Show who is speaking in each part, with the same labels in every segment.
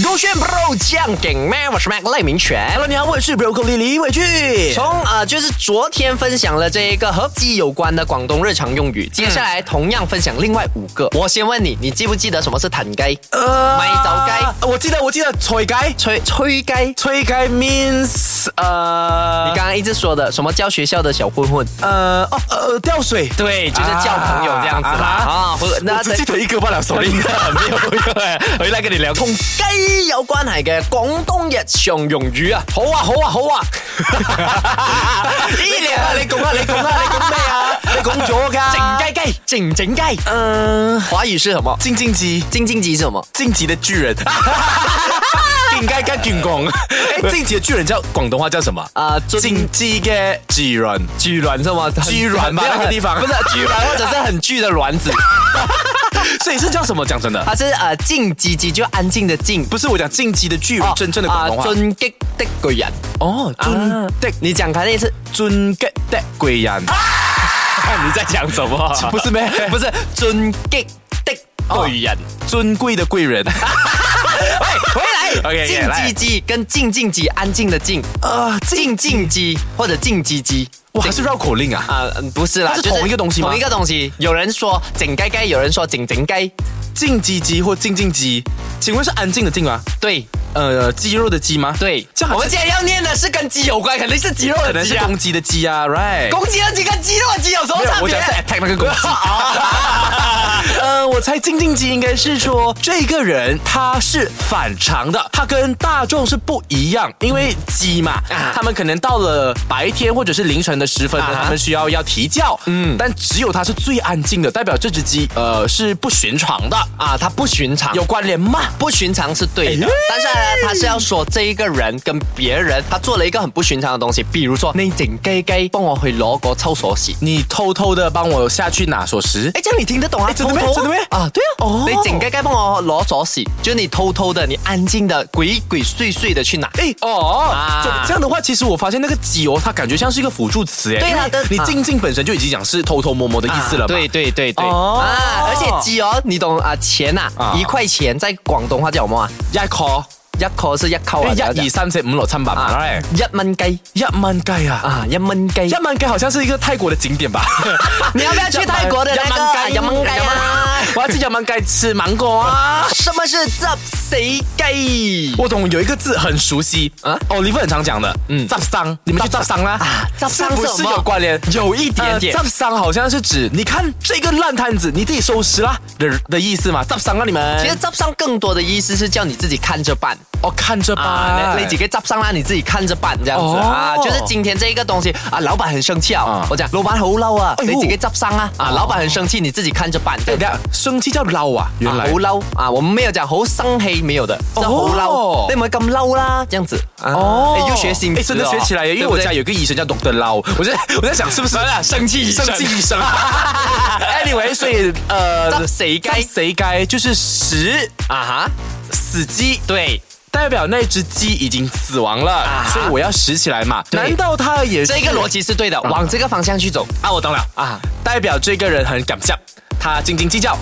Speaker 1: 勾选 bro 酱顶麦，我是 Mac 赖明全。
Speaker 2: Hello，你好，我是 Broccoli 李伟俊。
Speaker 1: 从呃，就是昨天分享了这一个和鸡有关的广东日常用
Speaker 2: 嗯
Speaker 1: 语，接下来同样分享另外五个。我先问你，你记不记得什么是弹鸡？
Speaker 2: 呃
Speaker 1: 咪走雞
Speaker 2: 我记得，我记得，吹街，
Speaker 1: 吹吹鸡？
Speaker 2: 吹街 means 呃
Speaker 1: 你刚刚一直说的什么叫学校的小混混？
Speaker 2: 呃哦呃掉水，
Speaker 1: 对，就是叫朋友这样子啦
Speaker 2: 啊啊
Speaker 1: 啊。或者
Speaker 2: 我
Speaker 1: 那
Speaker 2: 只记得一个罢了，sorry。
Speaker 1: 没有没有，回来跟你聊同鸡有关系嘅广东日常用語啊，
Speaker 2: 好啊好啊好啊，
Speaker 1: 一
Speaker 2: 啊你讲啊你讲啊你讲咩啊？你讲咗噶？
Speaker 1: 靜雞雞，靜靜雞。
Speaker 2: 嗯，
Speaker 1: 華語是什麼？
Speaker 2: 金金鸡，
Speaker 1: 晶晶雞是什麼？
Speaker 2: 晋级的巨人。 应该该进攻， 哎，晋级的巨人叫广东话叫什么？
Speaker 1: 啊，尊
Speaker 2: 晋级的呃巨人，
Speaker 1: 巨卵是吗？很
Speaker 2: 巨卵吧
Speaker 1: 没有
Speaker 2: 那个
Speaker 1: 很
Speaker 2: 地方
Speaker 1: 不是巨卵，或者是 很巨的卵子，
Speaker 2: 所以是叫什么？讲真的，
Speaker 1: 它是呃靜雞雞，就安静的靜。
Speaker 2: 不是我讲晋级的巨人，真哦正的广东话。
Speaker 1: 進擊的巨人。
Speaker 2: 哦，尊的
Speaker 1: 你讲看那一次，
Speaker 2: 尊嘅的贵人，
Speaker 1: 你在讲什么
Speaker 2: 啊不是咩？
Speaker 1: 不是進擊的巨人。
Speaker 2: 尊贵的贵 人
Speaker 1: 喂，回来
Speaker 2: OK，OK，
Speaker 1: 靜
Speaker 2: 来
Speaker 1: 雞雞跟靜靜雞，安静的靜，
Speaker 2: 啊！
Speaker 1: 靜靜雞或者靜雞雞。
Speaker 2: 哇，还是绕口令啊！
Speaker 1: 啊、嗯不是啦，
Speaker 2: 它是
Speaker 1: 就
Speaker 2: 同一个东西吗
Speaker 1: 同一个东西。有人说整鸡鸡，有人说整整鸡，
Speaker 2: 静鸡鸡或静静鸡，请问是安静的静吗？
Speaker 1: 对
Speaker 2: 呃，肌肉的肌吗？，
Speaker 1: 对
Speaker 2: 这。样
Speaker 1: 我
Speaker 2: 好像
Speaker 1: 们今天要念的是跟鸡有关，肯定是鸡肉
Speaker 2: 可
Speaker 1: 的
Speaker 2: 能
Speaker 1: 鸡
Speaker 2: 是
Speaker 1: 啊。
Speaker 2: 公鸡的鸡啊，right？
Speaker 1: 公鸡和鸡跟鸡肉啊的鸡有什么
Speaker 2: 没有
Speaker 1: 差
Speaker 2: 我
Speaker 1: 别
Speaker 2: 讲？是 attack 那个公鸡。
Speaker 1: 啊
Speaker 2: 呃，我猜静静鸡应该是说这个人他是反常的，他跟大众是不一样，因为鸡嘛，
Speaker 1: 啊
Speaker 2: 他们可能到了白天或者是凌晨的时分呢
Speaker 1: 啊，哈
Speaker 2: 他们需要要啼叫，嗯，但只有它是最安静的，代表这只鸡呃是不寻常的，
Speaker 1: 啊，它不寻常，
Speaker 2: 有关联吗？
Speaker 1: 不寻常是对的
Speaker 2: 哎，
Speaker 1: 但是呢，他是要说这一个人跟别人，他做了一个很不寻常的东西，比如说你整鸡鸡帮我去攞个抽锁匙。
Speaker 2: 你偷偷的帮我下去拿锁匙，
Speaker 1: 哎，这样你听得懂啊？
Speaker 2: 真的咩
Speaker 1: 偷偷
Speaker 2: 真的咩
Speaker 1: 啊，对啊。
Speaker 2: 哦
Speaker 1: 你整个该帮我攞锁匙，就是你偷偷的，你安静的、鬼鬼祟祟的去拿。
Speaker 2: 哎哦，
Speaker 1: 啊
Speaker 2: 这这样的话，其实我发现那个鸡哦，它感觉像是一个辅助词哎，
Speaker 1: 对啊
Speaker 2: 因为
Speaker 1: 但
Speaker 2: 你
Speaker 1: 啊
Speaker 2: 静静本身就已经讲是偷偷摸摸的意思了嘛，
Speaker 1: 对对对对。
Speaker 2: 哦
Speaker 1: 啊，而且鸡哦，你懂啊？钱呐、
Speaker 2: 啊
Speaker 1: 一块钱在广东话叫什么啊？
Speaker 2: 一 call。
Speaker 1: 一扣是一扣啊，
Speaker 2: 哎一哎二三四五六七八嘛，
Speaker 1: 啊
Speaker 2: 嚟，
Speaker 1: 一蚊鸡
Speaker 2: 一蚊鸡啊！
Speaker 1: 啊，一蚊鸡
Speaker 2: 一。蚊鸡好像是一个泰国的景点吧？
Speaker 1: 你要不要去泰国 的那个啊
Speaker 2: 一
Speaker 1: 一
Speaker 2: 蚊
Speaker 1: 蚊
Speaker 2: 雞
Speaker 1: 鸡啊？
Speaker 2: 我要去一蚊鸡吃芒果啊！
Speaker 1: 啊，什么是执死鸡？
Speaker 2: 我懂，有一个字很熟悉啊
Speaker 1: 啊
Speaker 2: ，Oliver 很常讲的，嗯，杂商，你们去杂商啦
Speaker 1: 啊杂商
Speaker 2: 是不
Speaker 1: 是
Speaker 2: 是
Speaker 1: 什么
Speaker 2: 有关联？
Speaker 1: 有一点点
Speaker 2: 呃杂商好像是指你看这个烂摊子，你自己收拾啦的的意思嘛？杂商啊，你们
Speaker 1: 其实执生更多的意思是叫你自己看着办。
Speaker 2: 哦，看着吧
Speaker 1: 啊，，那那几个执生啦，你自己看着办这样子、
Speaker 2: 哦
Speaker 1: 啊，就是今天这一个东西啊，老板很生气啊，
Speaker 2: 啊
Speaker 1: 我讲老板好嬲啊，
Speaker 2: 哎呦
Speaker 1: 你几个执生啊，啊，老板很生气，你自己看着办。
Speaker 2: 哎
Speaker 1: 对
Speaker 2: 等一下生气叫捞啊，原来
Speaker 1: 啊好嬲啊！我们没有讲好生气，没有的，
Speaker 2: 哦
Speaker 1: 是好嬲，你咪咁嬲啦，这样子啊
Speaker 2: 哦，
Speaker 1: 哎又学新
Speaker 2: 哎
Speaker 1: 词了，
Speaker 2: 真的学起来耶！因为我家
Speaker 1: 对
Speaker 2: 有个医生叫 Doctor Lau，我在我在想是不是
Speaker 1: 哎生气 医生
Speaker 2: 生气医生。anyway，所以呃，
Speaker 1: 执死鸡
Speaker 2: 执死鸡就是死
Speaker 1: 不对啊哈，
Speaker 2: 死鸡，
Speaker 1: 对，
Speaker 2: 代表那只鸡已经死亡了，
Speaker 1: 啊
Speaker 2: 所以我要拾起来嘛。
Speaker 1: 对
Speaker 2: 难道它也是
Speaker 1: 这个啊逻辑是对的，往这个方向去走
Speaker 2: 啊？我懂了啊，
Speaker 1: 啊，
Speaker 2: 代表这个人很敢笑，他斤斤计较，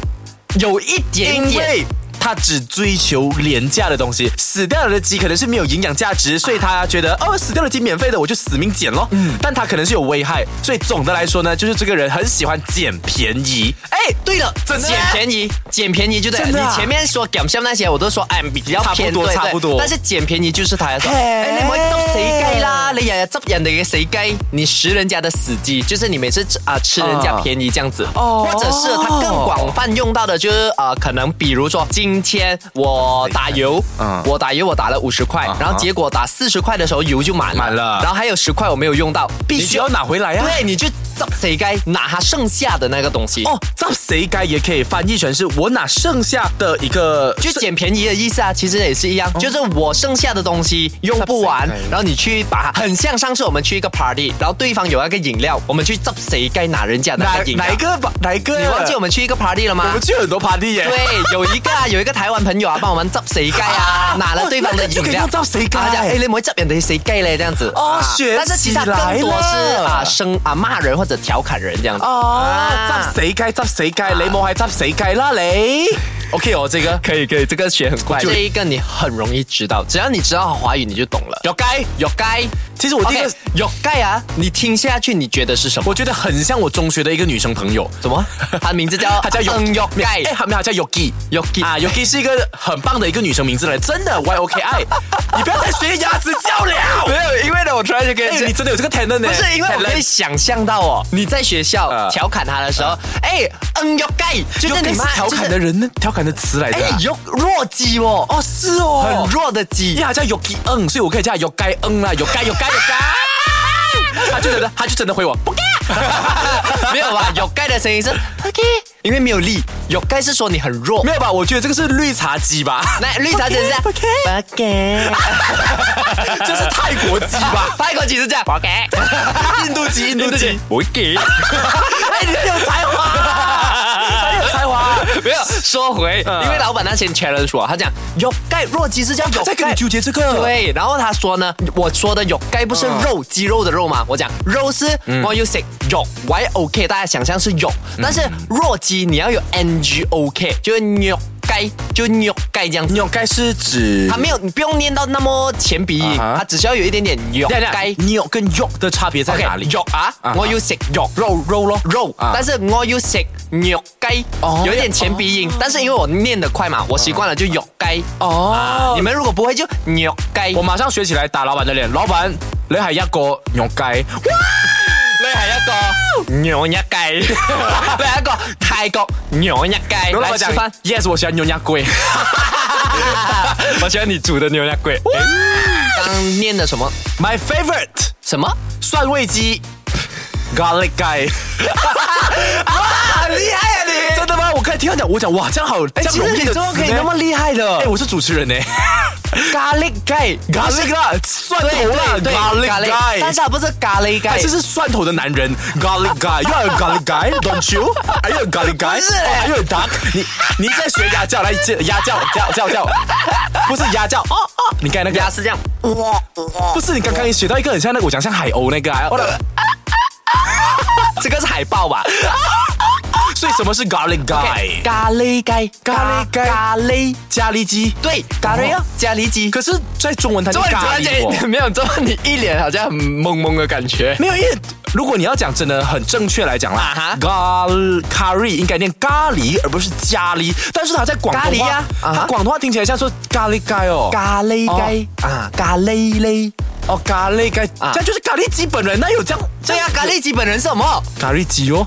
Speaker 1: 有一
Speaker 2: 因
Speaker 1: 点点。
Speaker 2: 为。他只追求廉价的东西，死掉了的鸡可能是没有营养价
Speaker 1: 啊
Speaker 2: 值，所以他觉得、哦，死掉的鸡免费的，我就死命捡咯。嗯，但他可能是有危害，所以总的来说呢，就是这个人很喜欢捡便宜。
Speaker 1: 哎，对了，
Speaker 2: 真的
Speaker 1: 捡便宜，捡便宜就对了。
Speaker 2: 真的啊
Speaker 1: 你前面说减像那些，我都说哎比较偏
Speaker 2: 差不多
Speaker 1: 对
Speaker 2: 差不多
Speaker 1: 对但是捡便宜就是他要说，
Speaker 2: 嘿
Speaker 1: 哎你唔可以执死鸡啦，你日日执人哋嘅死鸡，你食人家的死鸡，就是你每次吃啊吃人家便宜这样子。
Speaker 2: 哦
Speaker 1: 或者是他更广泛用到的就是呃，可能比如说今天我打油
Speaker 2: 嗯，
Speaker 1: 我打油我打了五十块
Speaker 2: 嗯哼，
Speaker 1: 然后结果打四十块的时候油就满了
Speaker 2: 满了
Speaker 1: 然后还有十块我没有用到，必
Speaker 2: 必须
Speaker 1: 须
Speaker 2: 要拿回来呀、啊
Speaker 1: 对，你就造谁该拿他剩下的那个东西。
Speaker 2: 哦，这谁该也可以翻译成是我拿剩下的一个，
Speaker 1: 就捡便宜的意思啊，其实也是一样，
Speaker 2: 哦
Speaker 1: 就是我剩下的东西用不完
Speaker 2: Subsidy 来，的
Speaker 1: 然后你去把它，很像上次我们去一个 party，然后对方有那个饮料，我们去找谁该拿人家的那
Speaker 2: 哪
Speaker 1: 个饮料。
Speaker 2: 哪一？个吧，哪一个？
Speaker 1: 你忘记我们去一个 party 了吗
Speaker 2: 我？们去很多 party 耶。
Speaker 1: 对，有一个啊，有一个台湾朋友啊，帮我们执谁 盖啊，拿了对方的
Speaker 2: 那个就
Speaker 1: 饮
Speaker 2: 可以
Speaker 1: 料
Speaker 2: 用，执谁盖
Speaker 1: 啊他讲哎，你唔好执人哋谁盖嘞，这样子。
Speaker 2: 哦
Speaker 1: 啊
Speaker 2: 学
Speaker 1: 但是其实他
Speaker 2: 起来
Speaker 1: 更多是
Speaker 2: 了
Speaker 1: 啊生啊骂人或者调侃人这样子。
Speaker 2: 哦，
Speaker 1: 啊
Speaker 2: 执谁该执谁该，你冇系执谁该啦你。OK 哦，这个
Speaker 1: 可以可以，这个学很快，
Speaker 2: 就
Speaker 1: 这一个你很容易知道，只要你知道华语你就懂了。
Speaker 2: 有该。
Speaker 1: 有盖，
Speaker 2: 其实我第一个
Speaker 1: OK，有盖啊，你听下去你觉得是什么？
Speaker 2: 我觉得很像我中学的一个女生朋友，
Speaker 1: 什么？ 他名字叫
Speaker 2: 她叫 Yoki
Speaker 1: 嗯有盖
Speaker 2: 哎，还没有，她叫 Yogi。
Speaker 1: Yoki
Speaker 2: 啊，Yogi 是一个很棒的一个女生名字来，真的 Y O K I。你不要再学牙齿叫了。
Speaker 1: 没有，因为呢，我突然就跟
Speaker 2: 哎，你哎真的有这个 talent 呢？
Speaker 1: 不是因为我可
Speaker 2: Talent
Speaker 1: 以想象到哦，你在学校
Speaker 2: 呃
Speaker 1: 调侃他的时候，哎，嗯有盖，就是你
Speaker 2: Yogi
Speaker 1: 妈
Speaker 2: 是调侃
Speaker 1: 就
Speaker 2: 的
Speaker 1: 是
Speaker 2: 人呢，调侃的词来的
Speaker 1: 哎
Speaker 2: 啊。
Speaker 1: 有弱鸡哦，
Speaker 2: 哦，是哦，
Speaker 1: 很弱的鸡
Speaker 2: 因为。他叫 Yogi 嗯，所以我可以叫他 Yogi 嗯啦，Yogi Yogi Yogi。他就真的，他就真的回我不该。
Speaker 1: 没有吧？有盖的声音 是 OK，因为没有力。有盖是说你很弱
Speaker 2: 没。有吧？我觉得这个是绿茶鸡吧，
Speaker 1: 那绿茶姐是
Speaker 2: OK，
Speaker 1: OK，
Speaker 2: 就是泰国鸡吧，
Speaker 1: 泰国鸡是这样 OK，
Speaker 2: 印度鸡，印
Speaker 1: 对
Speaker 2: 度
Speaker 1: 对
Speaker 2: 鸡
Speaker 1: 对。，我 给。
Speaker 2: 哎，你很有才华， 很有才嗯华。
Speaker 1: 没啊有说回，
Speaker 2: 嗯
Speaker 1: 因为老板那天 challenge 我，他讲有盖弱鸡是叫有
Speaker 2: 在跟
Speaker 1: 盖
Speaker 2: 你。纠结这个。，
Speaker 1: 对，然后他说呢，我说的有盖不是肉，鸡肉的肉嘛，我讲肉是
Speaker 2: 嗯
Speaker 1: o you say 有 y o k，大家想象是有，但是弱鸡你要有 n g o k，就是牛盖，就牛盖这样子。
Speaker 2: 牛该是指
Speaker 1: 他没有，你不用念到那么前鼻音，
Speaker 2: 啊哈
Speaker 1: 他只需要有一点点有
Speaker 2: 等一下
Speaker 1: 盖。
Speaker 2: 牛跟肉的差别在
Speaker 1: OK，
Speaker 2: 哪里？
Speaker 1: 肉啊
Speaker 2: 啊哈，
Speaker 1: 我要食肉
Speaker 2: 肉肉咯，
Speaker 1: 肉，
Speaker 2: 啊
Speaker 1: 但是我要食肉雞，
Speaker 2: 哦
Speaker 1: 有一点前鼻音，但是因为我念得快嘛，我习惯了就肉雞。
Speaker 2: 哦
Speaker 1: 你们如果不会就肉雞，
Speaker 2: 我马上学起来打老板的脸。老板，你系一个牛该，
Speaker 1: 你係一個 牛一雞，你係一個泰國牛一雞，
Speaker 2: 老
Speaker 1: 來
Speaker 2: 板
Speaker 1: 吃
Speaker 2: 讲
Speaker 1: 飯。
Speaker 2: yes，我喜欢牛肉 贵。
Speaker 1: 我喜歡你煮的牛一鬼。刚念的什么
Speaker 2: My favorite
Speaker 1: 什么？
Speaker 2: 蒜味鸡，garlic guy。
Speaker 1: 很厉害啊 你！
Speaker 2: 真的吗？我刚才听他讲，我讲哇，这样好，这样
Speaker 1: 哎其
Speaker 2: 容
Speaker 1: 实
Speaker 2: 易
Speaker 1: 你
Speaker 2: 的
Speaker 1: 怎么
Speaker 2: 词
Speaker 1: 可以
Speaker 2: 呢
Speaker 1: 那么厉害的
Speaker 2: 哎、 我是主持人呢、
Speaker 1: ？Garlic guy，
Speaker 2: 咖喱啦，蒜
Speaker 1: 对
Speaker 2: 头啊啦
Speaker 1: 对对
Speaker 2: ，garlic guy，
Speaker 1: 但是它不啊是咖喱
Speaker 2: 哎
Speaker 1: guy，
Speaker 2: 这是蒜头的男人，garlic guy，you are a garlic guy，don't you？Are you a garlic guy？
Speaker 1: 不是嘞
Speaker 2: a r e you a duck？你你在学鸭叫，来鸭叫叫叫叫， 不是鸭叫哦哦，你刚才那个
Speaker 1: 鸭是这样。
Speaker 2: 不是你刚刚也学到一个很像那个，我讲像海鸥那个啊，
Speaker 1: 这个是海豹吧？哎
Speaker 2: 所以什么是 garlic guy？
Speaker 1: 咖喱鸡，
Speaker 2: 咖喱鸡
Speaker 1: 咖喱，
Speaker 2: 咖喱鸡，
Speaker 1: 对，咖喱哦，咖喱鸡。
Speaker 2: 可是在中文它
Speaker 1: 怎
Speaker 2: 叫
Speaker 1: 么你突
Speaker 2: 咖
Speaker 1: 然
Speaker 2: 喱哦
Speaker 1: 间没有？怎么你一脸好像很懵懵的感觉？
Speaker 2: 没有，因为如果你要讲真的很正确来讲啦，
Speaker 1: 啊哈
Speaker 2: 咖喱应该念咖喱而不是咖喱，但是它在广
Speaker 1: 咖
Speaker 2: 东
Speaker 1: 喱
Speaker 2: 话，
Speaker 1: 呀啊哈
Speaker 2: 它广东话听起来像说咖喱盖哦，
Speaker 1: 咖喱
Speaker 2: 鸡
Speaker 1: 啊，咖喱嘞。
Speaker 2: 哦咖喱盖，
Speaker 1: 啊
Speaker 2: 这样就是咖喱鸡本人，那有这样
Speaker 1: 对呀，咖喱鸡本人是什么？
Speaker 2: 咖喱鸡 哦，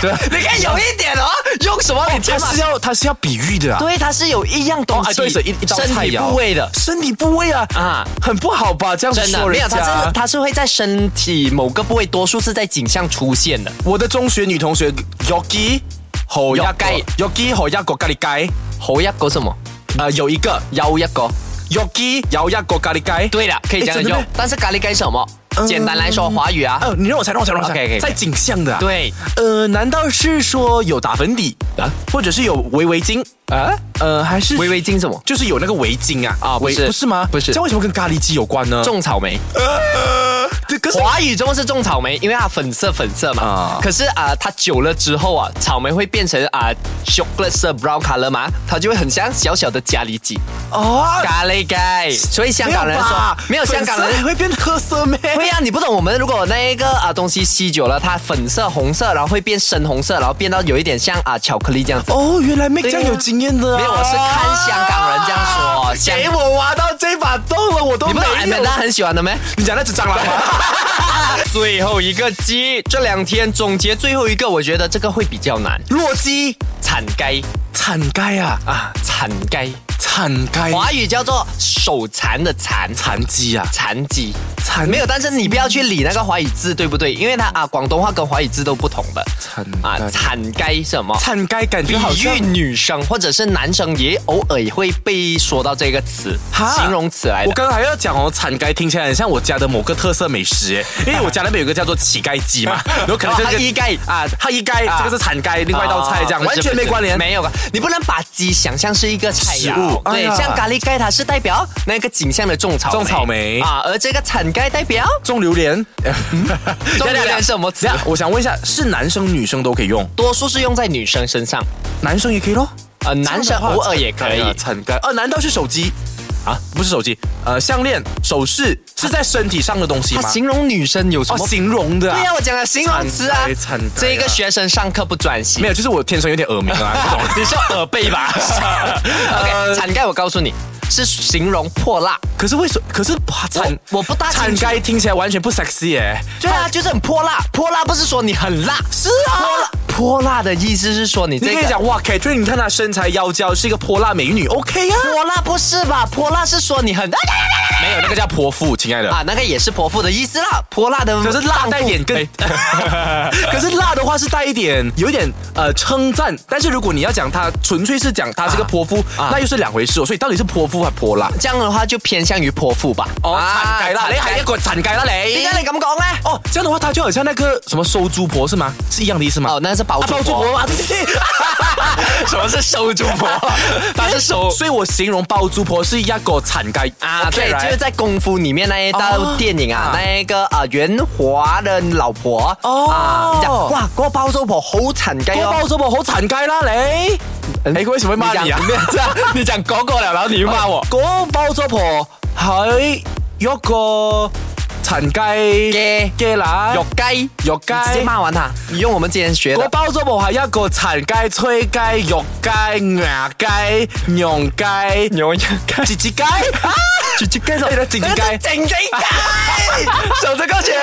Speaker 2: 对啊，
Speaker 1: 你看有一点哦， 用什么你啊
Speaker 2: 它
Speaker 1: 填满
Speaker 2: 是？要它是要比喻的啊，
Speaker 1: 对，它是有一样东
Speaker 2: 哦哎
Speaker 1: 西，
Speaker 2: 对是一一道
Speaker 1: 身
Speaker 2: 菜
Speaker 1: 体
Speaker 2: 肴
Speaker 1: 部位的。
Speaker 2: 身体部位啊啊
Speaker 1: 啊，
Speaker 2: 很不好吧？这样子
Speaker 1: 真的
Speaker 2: 说
Speaker 1: 没有，
Speaker 2: 人
Speaker 1: 它是
Speaker 2: 家。
Speaker 1: 它是会在身体某个部位，多数是在颈项出现的。
Speaker 2: 我的中学女同学 Yogi 和一
Speaker 1: 有
Speaker 2: 个
Speaker 1: 雞
Speaker 2: Yogi 和一個咖喱雞，
Speaker 1: 猴一个什么？
Speaker 2: 呃有一个
Speaker 1: 腰一个。
Speaker 2: Yogi 有一個咖喱雞。
Speaker 1: 对了，可以这样
Speaker 2: 诶真的
Speaker 1: 用
Speaker 2: 咩。
Speaker 1: 但是咖喱该什么？
Speaker 2: 嗯
Speaker 1: 简单来说，华语啊，
Speaker 2: 呃，你让我猜，让我猜，让我猜。
Speaker 1: OK，OK，OK
Speaker 2: 在景象的、啊。。
Speaker 1: 对，
Speaker 2: 呃，难道是说有打粉底啊，或者是有围围巾啊？呃，还是
Speaker 1: 微微巾什么？
Speaker 2: 就是有那个围巾啊？
Speaker 1: 啊不
Speaker 2: 围
Speaker 1: 是
Speaker 2: 不是吗？
Speaker 1: 不是
Speaker 2: 这样为什么跟咖喱鸡有关呢？
Speaker 1: 种草莓，
Speaker 2: 呃，这个是
Speaker 1: 华语中是种草莓，因为它粉色粉色嘛
Speaker 2: 啊。
Speaker 1: 可是啊，它久了之后啊，草莓会变成啊 chocolate 色 brown color 嘛，它就会很像小小的咖喱鸡，
Speaker 2: 哦，
Speaker 1: 咖喱盖。所以香港人
Speaker 2: 没有
Speaker 1: 说
Speaker 2: 吧
Speaker 1: 没有香港
Speaker 2: 哎粉色
Speaker 1: 人。
Speaker 2: 会变褐色咩？
Speaker 1: 会啊，你不懂我们如果那个啊东西吸久了，它粉色、红色，然后会变深红色，然后变到有一点像啊巧克力这样子。
Speaker 2: 哦，原来 Make 这
Speaker 1: 对啊
Speaker 2: 样有经验的、啊。
Speaker 1: 没有我是看香港人这样说香
Speaker 2: 给我挖到这把洞了，我都
Speaker 1: 你不
Speaker 2: 没
Speaker 1: 懂艾美
Speaker 2: 有
Speaker 1: 娜。很喜欢的没？
Speaker 2: 你讲那只蟑螂吗？
Speaker 1: 最后一个鸡，这两天总结最后一个，我觉得这个会比较难。
Speaker 2: 弱鸡
Speaker 1: 铲鸡
Speaker 2: 铲盖啊！
Speaker 1: 啊，铲鸡
Speaker 2: 铲该
Speaker 1: 华语叫做手残的残
Speaker 2: 残疾啊，
Speaker 1: 残疾，
Speaker 2: 残
Speaker 1: 没有，但是你不要去理那个华语字，对不对？因为它啊，广东话跟华语字都不同的。
Speaker 2: 残
Speaker 1: 啊，
Speaker 2: 该
Speaker 1: 惨该是什么？
Speaker 2: 铲该感
Speaker 1: 比
Speaker 2: 觉好像
Speaker 1: 喻女生或者是男生也偶尔也会被说到这个词，
Speaker 2: 哈
Speaker 1: 形容词来
Speaker 2: 我
Speaker 1: 的。
Speaker 2: 刚刚还要讲哦，铲该听起来很像我家的某个特色美食 耶，因为我家那边有个叫做乞丐鸡嘛，然后可能就是
Speaker 1: 哦哈伊盖
Speaker 2: 啊，哈一盖，
Speaker 1: 啊
Speaker 2: 这个是铲该，另外一道菜这样，
Speaker 1: 哦不
Speaker 2: 完
Speaker 1: 是
Speaker 2: 全没
Speaker 1: 不 是
Speaker 2: 关联。
Speaker 1: 没有，你不能把鸡想象是一个菜肴
Speaker 2: 食物哎
Speaker 1: 对，
Speaker 2: 呀
Speaker 1: 像咖喱盖它是代表那个景象的种草莓
Speaker 2: 种草莓
Speaker 1: 啊，而这个铲盖代表
Speaker 2: 种榴莲，
Speaker 1: 种榴莲是什么
Speaker 2: 这
Speaker 1: 词？
Speaker 2: 样我啊想问一下，是男生女生都可以用，
Speaker 1: 多数是用在女生身上，
Speaker 2: 男生也可以咯。
Speaker 1: 呃，男生偶尔也可以。
Speaker 2: 铲盖哦，难道是手机啊？不是手机，呃，项链、首饰是在身体上的东西
Speaker 1: 它
Speaker 2: 吗？
Speaker 1: 形容女生有什
Speaker 2: 哦，
Speaker 1: 么？
Speaker 2: 形容的、
Speaker 1: 对呀，我讲了形容词啊
Speaker 2: 铲盖铲盖啊。
Speaker 1: 这个学生上课不专心
Speaker 2: 没。有，就是我天生有点耳鸣啊，不懂。
Speaker 1: 你是耳背 吧
Speaker 2: 呃
Speaker 1: ？OK，铲盖我告诉你，是形容破烂。
Speaker 2: 可是为什么？可是哇铲
Speaker 1: 我不大清
Speaker 2: 铲
Speaker 1: 楚
Speaker 2: 盖听起来完全不 sexy 耶。
Speaker 1: 对啊，就是很泼辣。泼辣不是说你很辣，是
Speaker 2: 啊
Speaker 1: 泼辣泼辣的意思是说
Speaker 2: 你
Speaker 1: 你这
Speaker 2: 可以
Speaker 1: 个。
Speaker 2: 讲哇，Catherine，你看她身材妖娇，是一个泼辣美女，OK 啊？
Speaker 1: 泼辣不是吧？泼辣是说你
Speaker 2: 哎
Speaker 1: 很
Speaker 2: 没有，那个叫泼妇，亲爱的。
Speaker 1: 啊，那个也是泼妇的意思啦。泼辣的
Speaker 2: 可哎是辣
Speaker 1: 荡妇
Speaker 2: 带一点更， 可是辣的话是带一点有一点呃称赞，但是如果你要讲她纯粹是讲她是个泼妇，
Speaker 1: 啊
Speaker 2: 那又是两回事哦。所以到底是泼妇还泼辣？
Speaker 1: 这样的话就偏向于泼妇吧。啊
Speaker 2: 哦，铲盖啦，你系一个铲盖啦你
Speaker 1: 点。解你咁講咧？
Speaker 2: 哦，这样的话，她就好像那个什么收猪婆是吗？是一样的意思吗？
Speaker 1: 哦，那是包
Speaker 2: 啊包租婆吗？对对对。
Speaker 1: 什么是收猪 婆？它是收
Speaker 2: 所以我形容包租婆是一个铲盖
Speaker 1: 啊，对，就是
Speaker 2: right？
Speaker 1: 在功夫里面那一道
Speaker 2: 哦
Speaker 1: 电影啊，
Speaker 2: 啊
Speaker 1: 那一个啊袁华的老婆
Speaker 2: 哦
Speaker 1: 啊，讲哇，嗰個包租婆好慘雞
Speaker 2: 我
Speaker 1: 哦。嗯
Speaker 2: 包租婆好铲盖啦你。哎，佢为什么会骂你啊？
Speaker 1: 你講
Speaker 2: 你讲嗰个了，然后你又
Speaker 1: 罵 我
Speaker 2: 嗰個包租婆係一個铲盖
Speaker 1: 嘅
Speaker 2: 嘅啦，
Speaker 1: 有雞
Speaker 2: 肉雞
Speaker 1: 你直接罵完他。你用我們之前學
Speaker 2: 嗰
Speaker 1: 的，
Speaker 2: 包租婆係一個铲盖、吹盖、肉盖、牙盖、羊盖、
Speaker 1: 牛羊雞，
Speaker 2: 自 己盖。
Speaker 1: 雞雞
Speaker 2: 哎那整雞
Speaker 1: 整雞雞，手指高拳。